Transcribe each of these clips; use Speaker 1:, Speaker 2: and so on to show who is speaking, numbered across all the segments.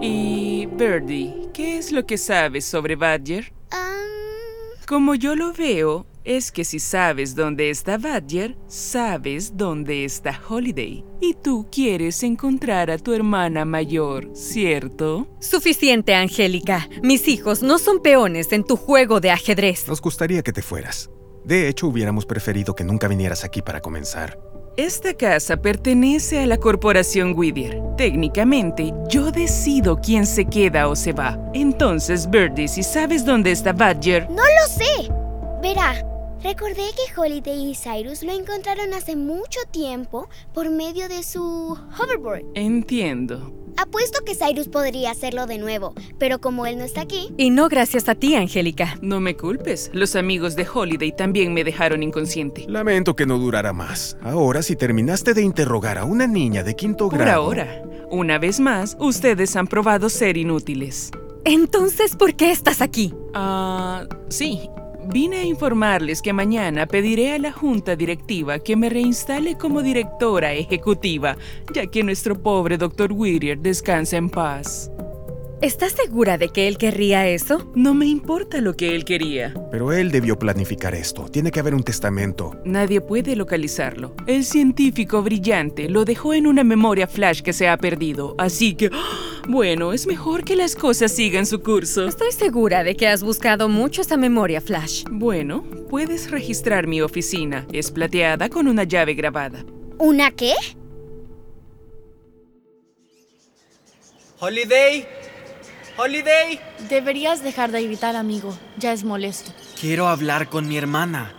Speaker 1: Y, Birdie, ¿qué es lo que sabes sobre Badger?
Speaker 2: Um,
Speaker 1: Como yo lo veo, es que si sabes dónde está Badger, sabes dónde está Holiday. Y tú quieres encontrar a tu hermana mayor, ¿cierto?
Speaker 3: Suficiente, Angélica. Mis hijos no son peones en tu juego de ajedrez.
Speaker 4: Nos gustaría que te fueras. De hecho, hubiéramos preferido que nunca vinieras aquí para comenzar.
Speaker 1: Esta casa pertenece a la corporación Whittier. Técnicamente, yo decido quién se queda o se va. Entonces, Birdie, si sabes dónde está Badger,
Speaker 2: no lo sé. Verá, recordé que Holiday y Cyrus lo encontraron hace mucho tiempo por medio de su hoverboard.
Speaker 1: entiendo.
Speaker 2: Apuesto que Cyrus podría hacerlo de nuevo, pero como él no está aquí,
Speaker 3: Y no gracias a ti, Angélica.
Speaker 1: No me culpes, los amigos de Holiday también me dejaron inconsciente.
Speaker 4: Lamento que no durara más. Ahora, si terminaste de interrogar a una niña de quinto
Speaker 1: Por
Speaker 4: grado...
Speaker 1: ahora, una vez más, ustedes han probado ser inútiles.
Speaker 3: Entonces, ¿por qué estás aquí?
Speaker 1: Ah, sí. Vine a informarles que mañana pediré a la junta directiva que me reinstale como directora ejecutiva, ya que nuestro pobre Dr. Whittier descansa en paz.
Speaker 3: ¿Estás segura de que él querría eso?
Speaker 1: No me importa lo que él quería.
Speaker 4: Pero él debió planificar esto. Tiene que haber un testamento.
Speaker 1: Nadie puede localizarlo. El científico brillante lo dejó en una memoria flash que se ha perdido, así que... ¡ah! Bueno, es mejor que las cosas sigan su curso.
Speaker 3: Estoy segura de que has buscado mucho esa memoria flash.
Speaker 1: Bueno, puedes registrar mi oficina. Es plateada con una llave grabada.
Speaker 2: ¿una qué?
Speaker 5: Holiday, Holiday.
Speaker 6: Deberías dejar de gritar, amigo. Ya es molesto.
Speaker 5: Quiero hablar con mi hermana.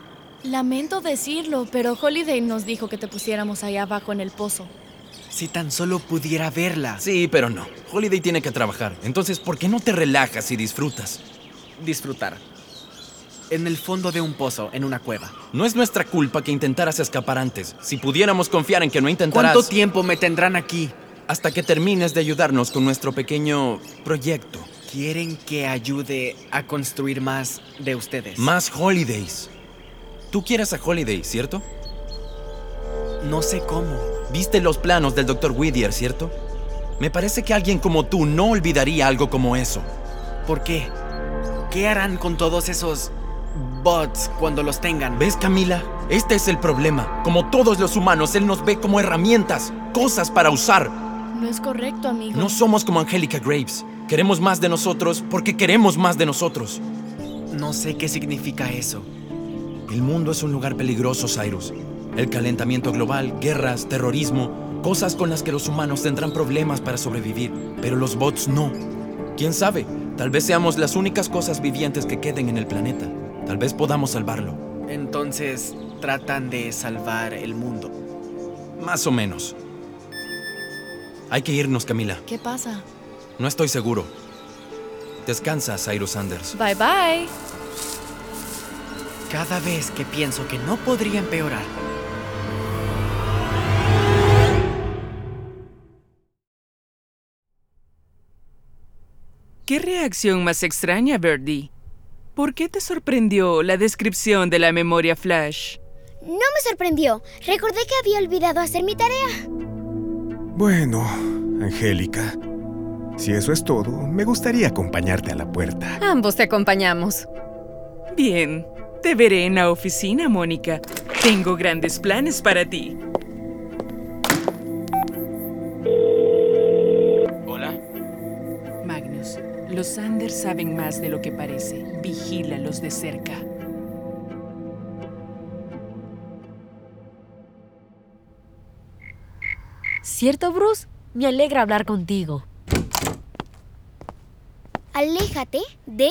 Speaker 6: Lamento decirlo, pero Holiday nos dijo que te pusiéramos ahí abajo en el pozo.
Speaker 5: Si tan solo pudiera verla.
Speaker 7: Sí, pero no. Holiday tiene que trabajar. Entonces, ¿por qué no te relajas y disfrutas?
Speaker 5: Disfrutar. En el fondo de un pozo, en una cueva.
Speaker 7: No es nuestra culpa que intentaras escapar antes. Si pudiéramos confiar en que no intentarás...
Speaker 5: ¿Cuánto tiempo me tendrán aquí?
Speaker 7: Hasta que termines de ayudarnos con nuestro pequeño proyecto.
Speaker 5: Quieren que ayude a construir más de ustedes.
Speaker 7: Más Holidays. Tú quieres a Holiday, ¿cierto?
Speaker 5: No sé cómo.
Speaker 7: Viste los planos del Dr. Whittier, ¿cierto? Me parece que alguien como tú no olvidaría algo como eso.
Speaker 5: ¿Por qué? ¿Qué harán con todos esos bots cuando los tengan?
Speaker 7: ¿Ves, Camila? Este es el problema. Como todos los humanos, él nos ve como herramientas, cosas para usar.
Speaker 6: No es correcto, amigo.
Speaker 7: No somos como Angélica Graves. Queremos más de nosotros porque queremos más de nosotros.
Speaker 5: No sé qué significa eso.
Speaker 7: El mundo es un lugar peligroso, Cyrus. El calentamiento global, guerras, terrorismo, cosas con las que los humanos tendrán problemas para sobrevivir, pero los bots no. ¿Quién sabe? Tal vez seamos las únicas cosas vivientes que queden en el planeta. Tal vez podamos salvarlo.
Speaker 5: Entonces, tratan de salvar el mundo.
Speaker 7: Más o menos. Hay que irnos, Camila.
Speaker 6: ¿Qué pasa?
Speaker 7: No estoy seguro. Descansa, Cyrus Sanders.
Speaker 6: Bye bye.
Speaker 5: Cada vez que pienso que no podría empeorar,
Speaker 1: ¿Qué reacción más extraña, Birdie? ¿Por qué te sorprendió la descripción de la memoria flash?
Speaker 2: No me sorprendió. Recordé que había olvidado hacer mi tarea.
Speaker 4: Bueno, Angélica, si eso es todo, me gustaría acompañarte a la puerta.
Speaker 3: Ambos te acompañamos.
Speaker 1: Bien, te veré en la oficina, Mónica. Tengo grandes planes para ti.
Speaker 5: Hola.
Speaker 1: Magnus, los Sanders saben más de lo que parece. Vigílalos de cerca.
Speaker 8: ¿Cierto, Bruce? Me alegra hablar contigo.
Speaker 2: Aléjate de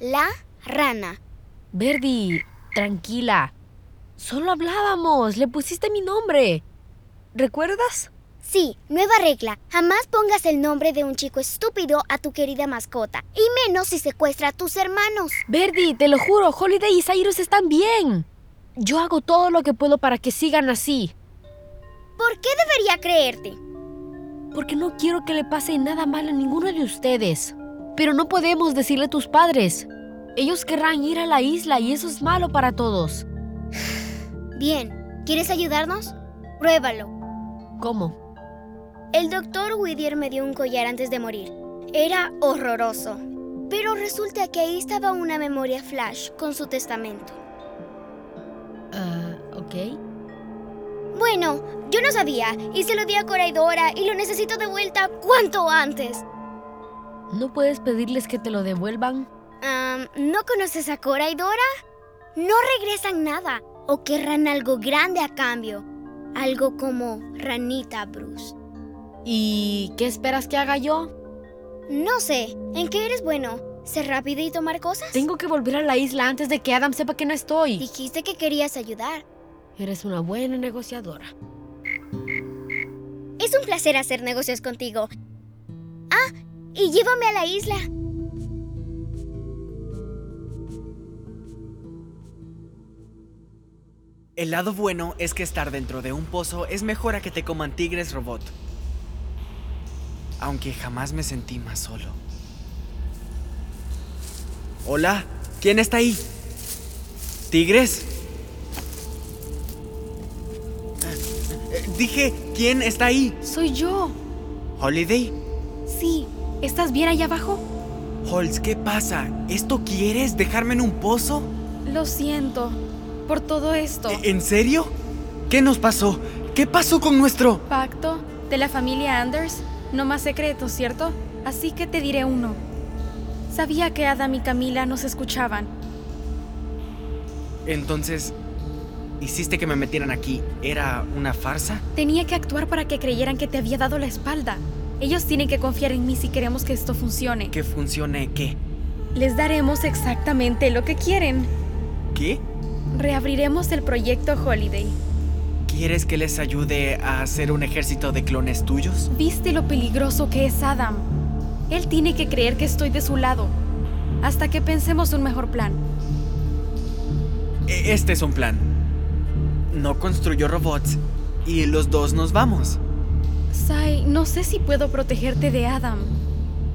Speaker 2: la rana.
Speaker 8: Verdi, tranquila. Solo hablábamos, le pusiste mi nombre. ¿Recuerdas?
Speaker 2: Sí, nueva regla. Jamás pongas el nombre de un chico estúpido a tu querida mascota. Y menos si secuestra a tus hermanos.
Speaker 8: Verdi, te lo juro, Holiday y Cyrus están bien. Yo hago todo lo que puedo para que sigan así.
Speaker 2: ¿Por qué debería creerte?
Speaker 8: Porque no quiero que le pase nada malo a ninguno de ustedes. Pero no podemos decirle a tus padres. Ellos querrán ir a la isla y eso es malo para todos.
Speaker 2: Bien, ¿quieres ayudarnos? Pruébalo.
Speaker 8: ¿Cómo?
Speaker 2: El doctor Whittier me dio un collar antes de morir. Era horroroso. Pero resulta que ahí estaba una memoria flash con su testamento.
Speaker 8: Ah, ok.
Speaker 2: Bueno, yo no sabía y se lo di a Cora y Dora y lo necesito de vuelta cuanto antes.
Speaker 8: ¿No puedes pedirles que te lo devuelvan?
Speaker 2: Am, ¿No conoces a Cora y Dora? No regresan nada o querrán algo grande a cambio. Algo como ranita, Bruce.
Speaker 8: ¿Y qué esperas que haga yo?
Speaker 2: No sé, ¿en qué eres bueno? ¿Ser rápido y tomar cosas?
Speaker 8: Tengo que volver a la isla antes de que Adam sepa que no estoy.
Speaker 2: Dijiste que querías ayudar.
Speaker 8: Eres una buena negociadora.
Speaker 2: Es un placer hacer negocios contigo. Ah, y llévame a la isla.
Speaker 5: el lado bueno es que estar dentro de un pozo es mejor a que te coman tigres robot. Aunque jamás me sentí más solo. Hola, ¿quién está ahí? ¿Tigres? Eh, Dije, ¿quién está ahí?
Speaker 8: Soy yo.
Speaker 5: ¿Holiday?
Speaker 8: Sí. ¿Estás bien allá abajo?
Speaker 5: Holtz, ¿qué pasa? ¿Esto quieres? ¿Dejarme en un pozo? ¿E-,
Speaker 6: Lo siento por todo esto.
Speaker 5: ¿En serio? ¿Qué nos pasó? ¿Qué pasó con nuestro...
Speaker 6: Pacto de la familia Anders. No más secretos, ¿cierto? Así que te diré uno. Sabía que Adam y Camila nos escuchaban.
Speaker 5: Entonces, ¿hiciste que me metieran aquí? ¿Era una farsa?
Speaker 6: Tenía que actuar para que creyeran que te había dado la espalda. Ellos tienen que confiar en mí si queremos que esto funcione.
Speaker 5: ¿Que funcione qué?
Speaker 6: Les daremos exactamente lo que quieren.
Speaker 5: ¿Qué?
Speaker 6: Reabriremos el proyecto Holiday.
Speaker 5: ¿Quieres que les ayude a hacer un ejército de clones tuyos?
Speaker 6: ¿Viste lo peligroso que es Adam? Él tiene que creer que estoy de su lado. Hasta que pensemos un mejor plan.
Speaker 5: E- Este es un plan. No construyo robots y los dos nos vamos.
Speaker 6: Sai, no sé si puedo protegerte de Adam.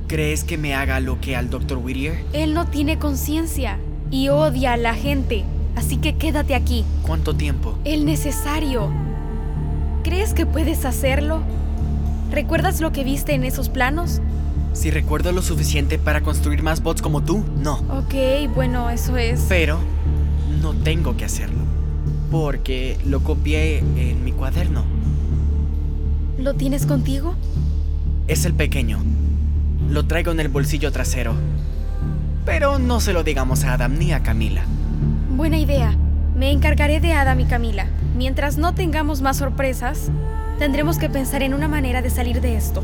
Speaker 5: ¿Crees que me haga lo que al Dr. Whittier?
Speaker 6: Él no tiene conciencia y odia a la gente. Así que quédate aquí.
Speaker 5: ¿Cuánto tiempo?
Speaker 6: El necesario. ¿Crees que puedes hacerlo? ¿Recuerdas lo que viste en esos planos?
Speaker 5: Si recuerdo lo suficiente para construir más bots como tú, no.
Speaker 6: Ok, bueno, eso es...
Speaker 5: Pero no tengo que hacerlo. Porque lo copié en mi cuaderno.
Speaker 6: ¿Lo tienes contigo?
Speaker 5: Es el pequeño. Lo traigo en el bolsillo trasero. Pero no se lo digamos a Adam ni a Camila.
Speaker 6: Buena idea. Me encargaré de Adam y Camila. Mientras no tengamos más sorpresas, tendremos que pensar en una manera de salir de esto.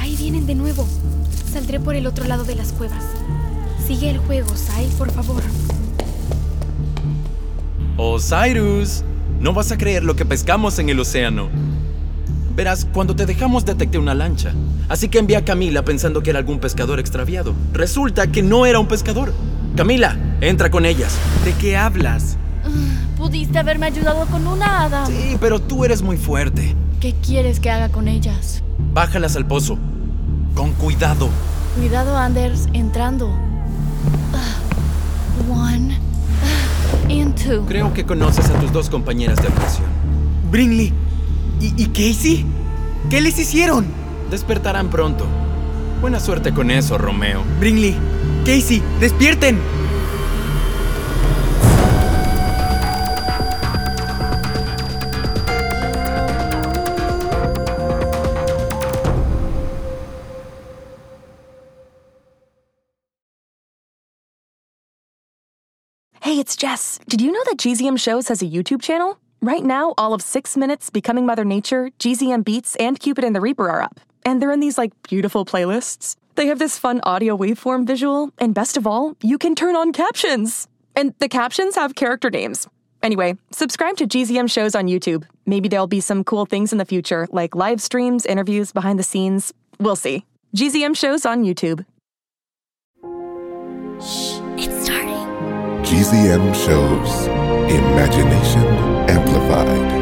Speaker 6: Ahí vienen de nuevo. Saldré por el otro lado de las cuevas. Sigue el juego, Sai, por favor.
Speaker 7: Osiris, no vas a creer lo que pescamos en el océano. Verás, cuando te dejamos detecté una lancha.
Speaker 8: Así que envié a Camila pensando que era algún pescador extraviado. Resulta que no era un pescador. Camila, entra con ellas. ¿De qué hablas?
Speaker 6: Pudiste haberme ayudado con una, Adam.
Speaker 8: Sí, pero tú eres muy fuerte.
Speaker 6: ¿Qué quieres que haga con ellas?
Speaker 8: Bájalas al pozo. Con cuidado.
Speaker 6: Cuidado, Anders, entrando. Ah, one. ah, and two.
Speaker 8: Creo que conoces a tus dos compañeras de actuación.
Speaker 4: Brinley. ¿Y, y Casey? ¿Qué les hicieron?
Speaker 8: Despertarán pronto. Buena suerte con eso, Romeo.
Speaker 4: Brinley. Casey, despierten.
Speaker 1: Hey, it's Jess. Did you know that GZM Shows has a YouTube channel? Right now, all of Six Minutes, Becoming Mother Nature, GZM Beats, and Cupid and the Reaper are up. And they're in these, like, beautiful playlists. They have this fun audio waveform visual, and best of all, you can turn on captions! And the captions have character names. Anyway, subscribe to GZM Shows on YouTube. Maybe there'll be some cool things in the future, like live streams, interviews, behind the scenes. We'll see. GZM Shows on YouTube.
Speaker 9: It's starting.
Speaker 2: GZM shows Imagination Amplified.